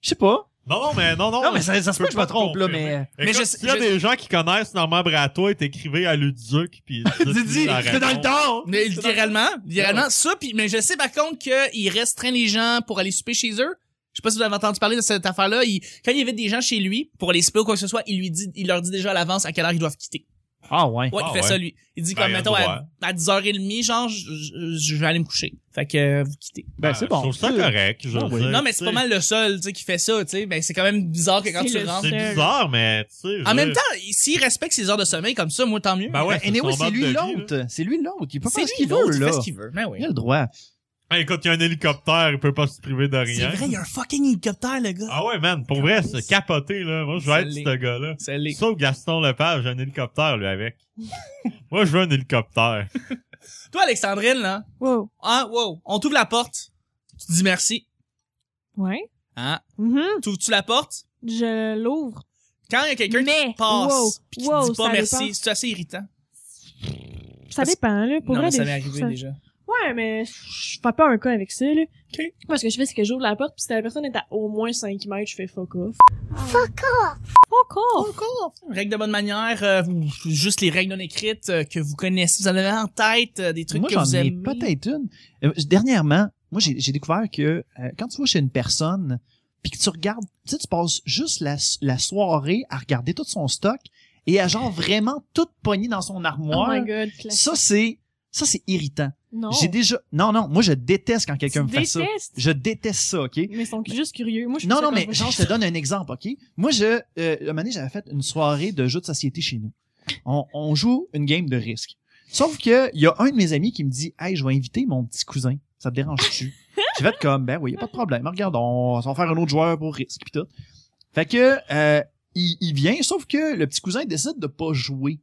Speaker 1: Je sais pas.
Speaker 3: Non, non, mais non, non.
Speaker 1: Non, mais ça, ça se
Speaker 3: Oh, peux
Speaker 1: peut que je me
Speaker 3: pas te
Speaker 1: trompe, là,
Speaker 3: confirmer.
Speaker 1: mais...
Speaker 2: Mais
Speaker 3: Mais
Speaker 2: je-
Speaker 3: s'il y a
Speaker 2: je-
Speaker 3: des gens qui connaissent Normand Bratois, t'écrivez à Luduc, puis
Speaker 1: Tu dis, c'est dans le temps!
Speaker 2: Mais littéralement, littéralement ça. Puis, mais je sais par contre qu'ils restreignent les gens pour aller souper chez eux. Je sais pas si vous avez entendu parler de cette affaire-là. Il- quand il y avait des gens chez lui pour aller souper ou quoi que ce soit, il lui dit, il leur dit déjà à l'avance à quelle heure ils doivent quitter.
Speaker 1: Ah ouais.
Speaker 2: Ouais,
Speaker 3: Ah
Speaker 2: il fait
Speaker 3: ouais.
Speaker 2: ça lui. Il dit
Speaker 3: Ben,
Speaker 2: comme
Speaker 3: il a le
Speaker 2: mettons à,
Speaker 3: droit.
Speaker 2: à 10h30, genre je, je- je vais aller me coucher. Fait que euh, vous quittez.
Speaker 1: Ben, c'est bon.
Speaker 3: Je trouve ça correct, je
Speaker 1: Ah
Speaker 3: veux
Speaker 1: oui.
Speaker 3: dire,
Speaker 2: Non mais c'est pas
Speaker 3: Euh, tu sais.
Speaker 2: mal le seul, tu sais, qui fait ça, tu sais. Ben c'est quand même bizarre que quand
Speaker 4: C'est
Speaker 2: tu
Speaker 4: le
Speaker 2: rentres.
Speaker 4: seul.
Speaker 3: C'est bizarre, mais tu sais. je
Speaker 1: Ah,
Speaker 3: veux
Speaker 2: En même
Speaker 3: dire,
Speaker 2: temps, s'il respecte ses heures de sommeil comme ça, moi tant mieux.
Speaker 3: Ben ouais,
Speaker 1: Ben, anyway,
Speaker 3: son
Speaker 1: c'est
Speaker 3: mode de
Speaker 1: lui
Speaker 3: vie,
Speaker 1: l'autre. C'est lui l'autre. Il peut
Speaker 2: c'est
Speaker 1: faire
Speaker 2: lui
Speaker 1: ce qu'il
Speaker 2: l'autre,
Speaker 1: veut,
Speaker 2: il
Speaker 1: là.
Speaker 2: fait ce qu'il veut. Ben oui.
Speaker 1: Il a le droit.
Speaker 3: là. Hey, écoute, il y a un hélicoptère, il peut pas se priver de
Speaker 2: C'est
Speaker 3: rien.
Speaker 2: vrai, il y a un fucking hélicoptère le gars.
Speaker 3: Ah ouais, man, pour vrai, c'est capoté, là. Moi, je vais être
Speaker 2: Salé.
Speaker 3: ce gars-là.
Speaker 2: C'est les-
Speaker 3: Sauf Gaston Lepage, j'ai un hélicoptère, lui, avec. Moi, je veux un hélicoptère.
Speaker 2: Toi Alexandrine là,
Speaker 4: Wow.
Speaker 2: Ah, wow. On t'ouvre la porte. Tu dis merci.
Speaker 4: Ouais.
Speaker 2: Hein?
Speaker 4: Mhm.
Speaker 2: Tu tu la porte.
Speaker 4: Je l'ouvre.
Speaker 2: Quand il y a quelqu'un
Speaker 4: Mais,
Speaker 2: qui passe
Speaker 4: wow,
Speaker 2: puis qui
Speaker 4: wow,
Speaker 2: dit pas
Speaker 4: ça
Speaker 2: merci,
Speaker 4: dépend.
Speaker 2: c'est assez irritant.
Speaker 4: Ça dépend, là. Pour
Speaker 2: non,
Speaker 4: vrai,
Speaker 2: mais ça
Speaker 4: des-
Speaker 2: m'est arrivé
Speaker 4: ça-
Speaker 2: déjà.
Speaker 4: Ouais, mais je fais pas un cas avec ça, là.
Speaker 2: Ok.
Speaker 4: Moi, ce que je fais, c'est que j'ouvre la porte, puis si la personne est à au moins 5 mètres, je fais fuck off. Fuck off!
Speaker 2: Règles de bonne manière, euh, vous- juste les règles non écrites euh, que vous connaissez, vous en avez en tête, euh, des trucs
Speaker 1: moi,
Speaker 2: que
Speaker 1: j'en
Speaker 2: vous
Speaker 1: ai
Speaker 2: aimez.
Speaker 1: peut-être une. Euh, dernièrement, moi, j'ai j'ai découvert que euh, quand tu vas chez une personne, puis que tu regardes, tu sais, tu passes juste la, la soirée à regarder tout son stock et à genre vraiment tout pogner dans son
Speaker 4: Oh
Speaker 1: armoire.
Speaker 4: my god, classe.
Speaker 1: ça, c'est ça c'est irritant.
Speaker 4: Non.
Speaker 1: J'ai déjà... Non, non, moi, je déteste quand quelqu'un me
Speaker 4: Tu
Speaker 1: fait ça.
Speaker 4: détestes,
Speaker 1: Je déteste ça, OK?
Speaker 4: Mais ils sont juste curieux. Moi, je fais
Speaker 1: Non,
Speaker 4: ça
Speaker 1: non,
Speaker 4: quand
Speaker 1: mais
Speaker 4: je
Speaker 1: genre, je te donne un exemple, OK? Moi, je, euh, un moment donné, j'avais fait une soirée de jeux de société chez nous. On, on joue une game de risque. Sauf que il y a un de mes amis qui me dit « Hey, je vais inviter mon petit cousin. Ça te dérange-tu? » J'ai fait comme « Ben oui, y a pas de problème. Regarde, on, on va faire un autre joueur pour risque. » Puis tout. Fait que, euh, il, il vient, sauf que le petit cousin décide de pas jouer.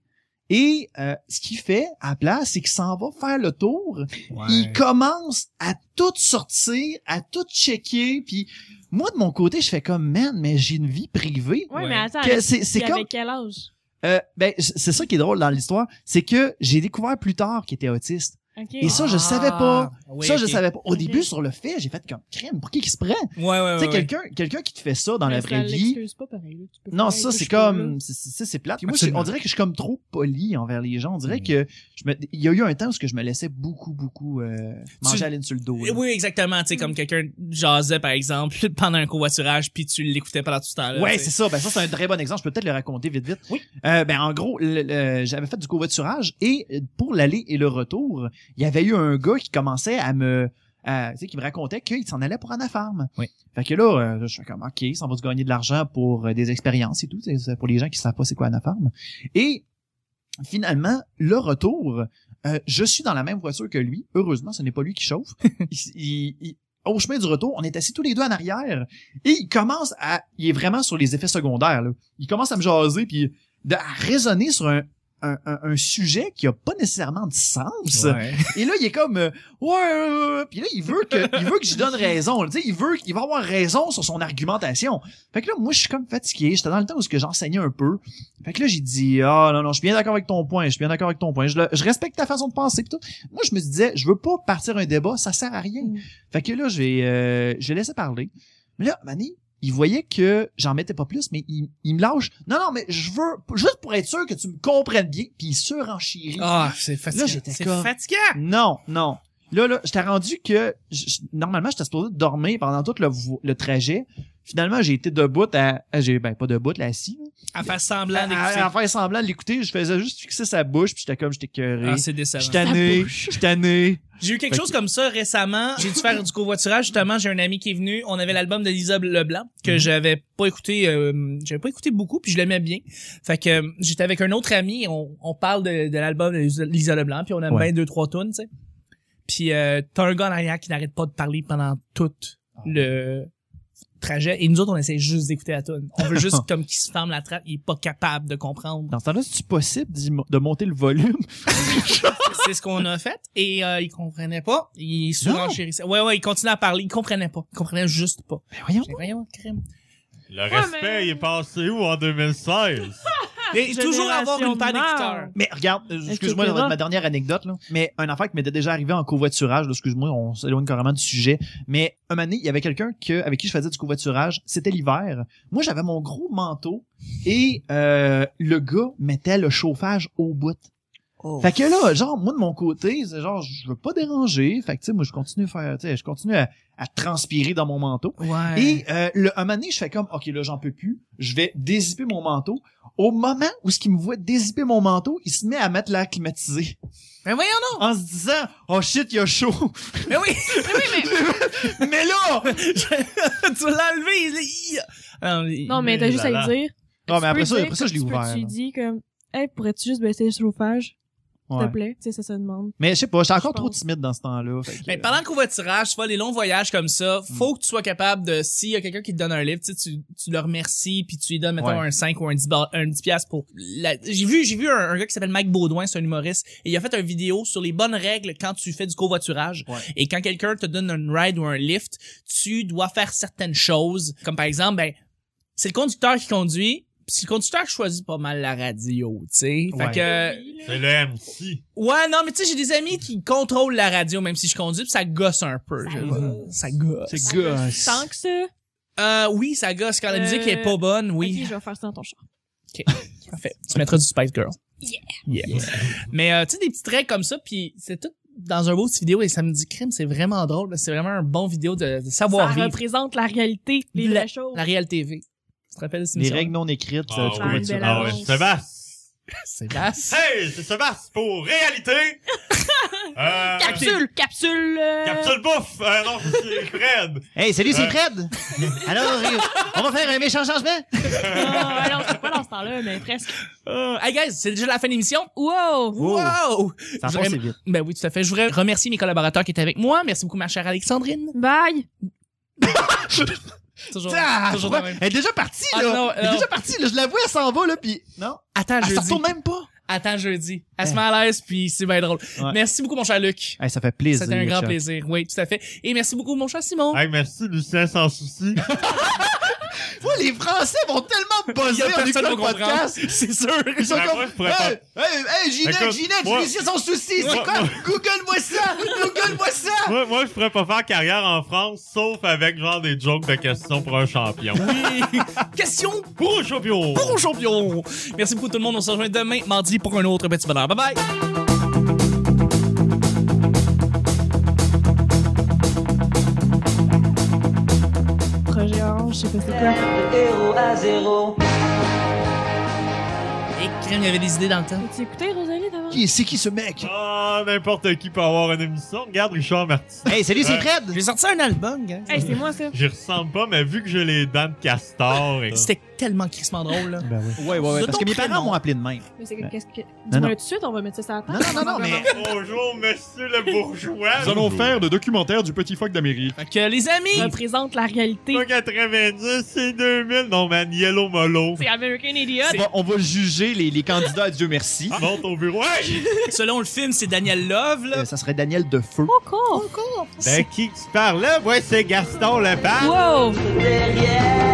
Speaker 1: Et euh, ce qu'il fait à la place, c'est qu'il s'en va faire le tour il commence à tout sortir, à tout checker, puis moi de mon côté, je fais comme man, mais j'ai une vie privée.
Speaker 4: Ouais,
Speaker 2: Ouais.
Speaker 4: mais attends.
Speaker 1: Que c'est c'est
Speaker 4: C'est
Speaker 1: comme
Speaker 4: quel âge?
Speaker 1: euh, ben c- c'est ça qui est drôle dans l'histoire, c'est que j'ai découvert plus tard qu'il était autiste.
Speaker 4: Ok.
Speaker 1: Et ça, je savais pas.
Speaker 2: Oui,
Speaker 1: ça
Speaker 2: Ah, ok.
Speaker 1: je savais pas. Au
Speaker 4: Ok.
Speaker 1: début sur le fait, j'ai fait comme crème, pour qui qu'il se prend
Speaker 2: Ouais, ouais, ouais. Ah,
Speaker 1: Tu sais
Speaker 2: ouais.
Speaker 1: quelqu'un quelqu'un qui te fait ça dans la
Speaker 4: Mais ça
Speaker 1: vraie vie.
Speaker 4: l'excuse pas pareil, là. Tu peux
Speaker 1: Non,
Speaker 4: faire,
Speaker 1: ça, c'est
Speaker 4: écoute, je suis pas là.
Speaker 1: comme, c'est- c'est c'est plate. Puis moi, je-
Speaker 2: Absolument. Mm.
Speaker 1: on dirait que je suis comme trop poli envers les gens. On dirait que je me, il y a eu un temps où ce que je me laissais beaucoup, beaucoup euh, manger
Speaker 2: Tu- Eh
Speaker 1: à la ligne sur le dos. là.
Speaker 2: Oui, exactement. Tu sais, comme quelqu'un jasait, par exemple, pendant un covoiturage, puis tu l'écoutais pendant tout ce temps-là.
Speaker 1: Ouais,
Speaker 2: tu sais.
Speaker 1: c'est ça. Ben, ça, c'est un très bon exemple. Je peux peut-être le raconter vite, vite.
Speaker 2: Oui.
Speaker 1: Euh, ben, en gros, le- le- j'avais fait du covoiturage et euh, pour l'aller et le retour, il y avait eu un gars qui commençait à me, à- tu sais, qui me racontait qu'il s'en allait pour Anna Farm.
Speaker 2: Oui.
Speaker 1: Fait que là, euh, je suis comme, OK, ça va se gagner de l'argent pour euh, des expériences et tout. tu sais, c'est pour les gens qui savent pas c'est quoi Anna Farm. Et finalement, le retour, euh, je suis dans la même voiture que lui. Heureusement, ce n'est pas lui qui chauffe. Il- il- il- au chemin du retour, on est assis tous les deux en arrière et il commence à, il est vraiment sur les effets secondaires. Là. Il commence à me jaser puis de, à raisonner sur un, un, un- un sujet qui a pas nécessairement de sens.
Speaker 2: Ouais.
Speaker 1: Et là, il est comme euh, ouais, ouais, ouais. puis là, il veut que, il veut que je donne raison. Tu sais, il veut, il va avoir raison sur son argumentation. Fait que là, moi, je suis comme fatigué. J'étais dans le temps où ce que j'enseignais un peu. Fait que là, j'ai dit ah non non, je suis bien d'accord avec ton point. Je suis bien d'accord avec ton point. Je, le- je respecte ta façon de penser. pis tout. Moi, je me disais, je veux pas partir un débat. Ça sert à rien.
Speaker 4: Mm.
Speaker 1: Fait que là, j'ai, euh, j'ai laissé parler. Mais là, Manny, il voyait que j'en mettais pas plus, mais il, il me lâche. Non, non, mais je veux, juste pour être sûr que tu me comprennes bien, puis il surenchérit.
Speaker 2: Ah, c'est fatigant.
Speaker 1: Là, j'étais
Speaker 2: c'est
Speaker 1: comme-
Speaker 2: fatigant.
Speaker 1: Non, non. Là, là, j'étais rendu que je- je- normalement, j'étais supposé dormir pendant tout le, vo- le trajet. Finalement, j'ai été debout à, à- j'ai ben pas debout, là, assis.
Speaker 2: À faire
Speaker 1: À,
Speaker 2: semblant d'écouter.
Speaker 1: à, à faire semblant de l'écouter, je faisais juste fixer sa bouche, puis j'étais comme j'étais cœuré.
Speaker 2: Ah, c'est
Speaker 1: Je
Speaker 2: décevant.
Speaker 1: suis tanné,
Speaker 4: Sa
Speaker 1: je suis tanné.
Speaker 2: J'ai eu quelque
Speaker 1: Fait
Speaker 2: chose comme ça récemment. J'ai dû faire du covoiturage. Justement, j'ai un ami qui est venu. On avait l'album de Lisa Leblanc que
Speaker 1: Mhm.
Speaker 2: j'avais pas écouté. euh, j'avais pas écouté beaucoup, puis je l'aimais bien. Fait que euh, j'étais avec un autre ami. On, on parle de, de l'album de Lisa- Lisa Leblanc, puis on aime
Speaker 1: Ouais.
Speaker 2: bien deux trois tunes, tu sais. Puis euh, t'as un gars en arrière qui n'arrête pas de parler pendant tout
Speaker 1: Ah.
Speaker 2: le trajet. Et nous autres, on essaie juste d'écouter la tune. On veut juste comme qu'il se ferme la trappe. Il est pas capable de comprendre.
Speaker 1: Dans ce temps-là, c'est possible d'y mo- de monter le volume.
Speaker 2: c'est ce qu'on a fait et euh, il comprenait pas il surenchérissait ouais ouais il continuait à parler il comprenait pas il comprenait juste pas
Speaker 1: Ben voyons.
Speaker 2: J'ai rien crime
Speaker 3: Le respect,
Speaker 4: mais-
Speaker 3: il est passé où en 2016?
Speaker 2: et toujours avoir une paire
Speaker 4: Ah, Génération
Speaker 2: d'écouteurs
Speaker 1: Mais regarde, euh, excuse-moi,
Speaker 4: Etc.
Speaker 1: ça va être ma dernière anecdote, là. Mais un affaire qui m'était déjà arrivé en covoiturage, là, excuse-moi, on s'éloigne carrément du sujet. Mais un moment donné, il y avait quelqu'un que, avec qui je faisais du covoiturage, c'était l'hiver. Moi, j'avais mon gros manteau et euh, le gars mettait le chauffage au bout.
Speaker 2: Oh.
Speaker 1: Fait que là, genre, moi de mon côté, c'est genre, je veux pas déranger. Fait que tu sais, moi, je continue à faire, tu sais, je continue à- à transpirer dans mon manteau.
Speaker 2: ouais
Speaker 1: Et euh, le, un moment donné, je fais comme, OK, là, j'en peux plus. Je vais dézipper mon manteau. Au moment où ce qui me voit dézipper mon manteau, il se met à mettre l'air climatisé.
Speaker 2: mais voyons non
Speaker 1: En se disant, oh shit, il y a chaud.
Speaker 2: mais oui
Speaker 1: mais là!
Speaker 2: tu l'as enlevé il- il- Alors, il-
Speaker 4: Non, mais t'as
Speaker 3: Mais
Speaker 4: juste
Speaker 3: là
Speaker 4: à
Speaker 3: là.
Speaker 4: lui dire.
Speaker 1: Mm. Non, mais
Speaker 4: Tu
Speaker 1: après
Speaker 4: peux
Speaker 1: ça,
Speaker 4: dire
Speaker 1: après ça,
Speaker 4: que
Speaker 1: je l'ai
Speaker 4: tu peux-
Speaker 1: ouvert.
Speaker 4: Tu
Speaker 1: là.
Speaker 4: dis comme, hey, pourrais-tu juste baisser le chauffage? S'il
Speaker 1: Ouais.
Speaker 4: te plaît, tu sais, ça se demande.
Speaker 1: Mais je sais pas, j'étais encore
Speaker 4: Je
Speaker 1: trop
Speaker 4: pense.
Speaker 1: timide dans ce temps-là. fait que-
Speaker 2: Mais pendant le covoiturage, tu vois, les longs voyages comme ça,
Speaker 1: Mm.
Speaker 2: faut que tu sois capable de, s'il y a quelqu'un qui te donne un livre, tu, sais, tu, tu le remercies, puis tu lui donnes, mettons,
Speaker 1: Ouais.
Speaker 2: un 5 ou un 10, bar- un 10 piastres pour... la- J'ai vu, j'ai vu un, un gars qui s'appelle Mike Baudouin, c'est un humoriste, et il a fait une vidéo sur les bonnes règles quand tu fais du covoiturage.
Speaker 1: euh, Ouais.
Speaker 2: Et quand quelqu'un te donne un ride ou un lift, tu dois faire certaines choses, comme par exemple, ben, c'est le conducteur qui conduit, puis le conducteur choisit pas mal la radio, tu sais. Fait
Speaker 1: Ouais.
Speaker 2: que...
Speaker 3: C'est le MC.
Speaker 2: Ouais, non, mais tu sais, j'ai des amis qui contrôlent la radio, même si je conduis, pis ça gosse un peu. je-
Speaker 1: gosse.
Speaker 2: Ça gosse.
Speaker 1: C'est
Speaker 4: Ça
Speaker 1: gosse.
Speaker 4: Tant que ça,
Speaker 2: Euh, oui, ça gosse. Quand la
Speaker 4: Euh,
Speaker 2: musique est pas bonne,
Speaker 4: ok,
Speaker 2: oui.
Speaker 4: je vais faire ça dans ton char.
Speaker 2: Parfait. Tu mettras du Spice Girl.
Speaker 4: Yeah.
Speaker 2: Yeah. mais euh, tu sais, des petits traits comme ça, puis c'est tout dans un beau petit vidéo, et ça me dit, crime, c'est vraiment drôle. parce que C'est vraiment un bon vidéo de, de
Speaker 4: Ça
Speaker 2: savoir vivre.
Speaker 4: représente la réalité, les vraies choses.
Speaker 2: La Real TV. Tu te rappelles de cette
Speaker 1: Les
Speaker 2: émission?
Speaker 1: règles non écrites,
Speaker 3: Ah
Speaker 1: tu
Speaker 4: oui.
Speaker 1: peux être sûr.
Speaker 4: Belle
Speaker 3: Ah ouais,
Speaker 4: annonce.
Speaker 3: Sébastien.
Speaker 2: C'est vaste.
Speaker 3: Hey, c'est Sébastien pour réalité. Euh,
Speaker 4: Capsule, capsule. euh,
Speaker 3: Capsule bouffe. Euh, non, c'est Fred.
Speaker 1: Hey, salut, c'est
Speaker 3: Ouais.
Speaker 1: Fred! Alors, euh, on va faire un méchant changement?
Speaker 4: Non, Ah, ouais, non, c'est pas dans ce temps-là, mais presque.
Speaker 2: Euh, hey guys, c'est déjà la fin de l'émission.
Speaker 1: Wow.
Speaker 4: Wow!
Speaker 2: Wow!
Speaker 1: Ça
Speaker 2: Je
Speaker 1: passe
Speaker 2: voudrais-
Speaker 1: vite.
Speaker 2: Ben oui, tout à fait. Je voudrais remercier mes collaborateurs qui étaient avec moi. Merci beaucoup, ma chère Alexandrine.
Speaker 4: Bye!
Speaker 2: Toujours,
Speaker 1: Ah,
Speaker 2: toujours
Speaker 1: ouais.
Speaker 2: de même.
Speaker 1: Elle est déjà partie,
Speaker 2: Ah,
Speaker 1: là!
Speaker 2: non,
Speaker 1: elle est
Speaker 2: non.
Speaker 1: déjà partie, là. Je la vois, elle s'en va, là, pis... Non?
Speaker 2: Attends
Speaker 1: Elle se
Speaker 2: jeudi.
Speaker 1: Ah, retourne même pas!
Speaker 2: Attends jeudi. Elle se met à l'aise, puis c'est bien drôle.
Speaker 1: Ouais.
Speaker 2: Merci beaucoup, mon cher Luc.
Speaker 1: Hey, ça fait plaisir.
Speaker 2: C'était un grand
Speaker 1: Chuck.
Speaker 2: plaisir. Oui, tout à fait. Et merci beaucoup, mon cher Simon.
Speaker 3: Hey, merci, Lucien, sans souci.
Speaker 1: Ouais, les Français vont tellement
Speaker 2: Il y
Speaker 1: buzzer
Speaker 2: a
Speaker 1: en
Speaker 2: personne
Speaker 1: écoutant
Speaker 2: qui
Speaker 1: le
Speaker 2: va comprendre.
Speaker 1: podcast!
Speaker 2: C'est sûr.
Speaker 1: Ils sont
Speaker 3: Ben,
Speaker 1: comme.
Speaker 3: moi, je pourrais
Speaker 1: Hey, hey, hey, Ginette,
Speaker 3: Écoute,
Speaker 1: Ginette,
Speaker 3: moi-
Speaker 1: Lucien sans souci, c'est
Speaker 3: Moi-
Speaker 1: quoi?
Speaker 3: moi-
Speaker 1: Google-moi ça! Google-moi ça!
Speaker 3: moi, moi, je pourrais pas faire carrière en France, sauf avec genre des jokes de questions pour un champion.
Speaker 2: Oui. Question
Speaker 3: Pour un champion!
Speaker 2: pour champion. Merci beaucoup, tout le monde. On se rejoint demain, mardi, pour un autre petit bonheur. Bye bye.
Speaker 4: Projet Orange, je sais pas c'est quoi.
Speaker 5: De héros à zéro.
Speaker 2: Et crème, il y avait des idées dans le temps.
Speaker 4: As-tu écouté Rosalie d'avant?
Speaker 1: Qui- C'est qui ce mec?
Speaker 3: Ah, n'importe qui peut avoir une émission. Regarde Richard Martin.
Speaker 1: Hey, salut, c'est
Speaker 3: Ouais.
Speaker 1: Fred!
Speaker 2: J'ai sorti un album, gars.
Speaker 4: Hey, c'est moi ça!
Speaker 3: J'y ressemble pas, mais vu que j'ai les dents de castor. et-
Speaker 2: C'était tellement crissement drôle, là.
Speaker 1: Ben oui. Ouais, ouais,
Speaker 2: De
Speaker 1: ouais. Parce
Speaker 2: ton
Speaker 1: que mes parents
Speaker 2: prénom.
Speaker 1: m'ont appelé de même.
Speaker 4: Mais c'est que- qu'est-ce que.
Speaker 1: non.
Speaker 4: Dis-moi tout de suite, on va mettre ça sur la
Speaker 1: Non,
Speaker 4: table.
Speaker 1: non, non, non, mais.
Speaker 3: Bonjour, monsieur le bourgeois.
Speaker 6: Nous allons faire le documentaire du petit phoque d'Amérique.
Speaker 2: Fait que, les amis,
Speaker 4: Représente la réalité.
Speaker 3: Pas 90, c'est 2000. Non, man, Yellow Molo.
Speaker 4: C'est American Idiot.
Speaker 1: On va, on va juger les, les candidats à Dieu merci.
Speaker 3: Monte au bureau. Hey!
Speaker 2: selon le film, c'est Daniel Love, là.
Speaker 1: Euh, ça serait Daniel Defeu.
Speaker 4: Encore!
Speaker 3: Ben, qui que tu parles là? Ouais, c'est Gaston Lepage.
Speaker 4: Wow!
Speaker 5: Derrière.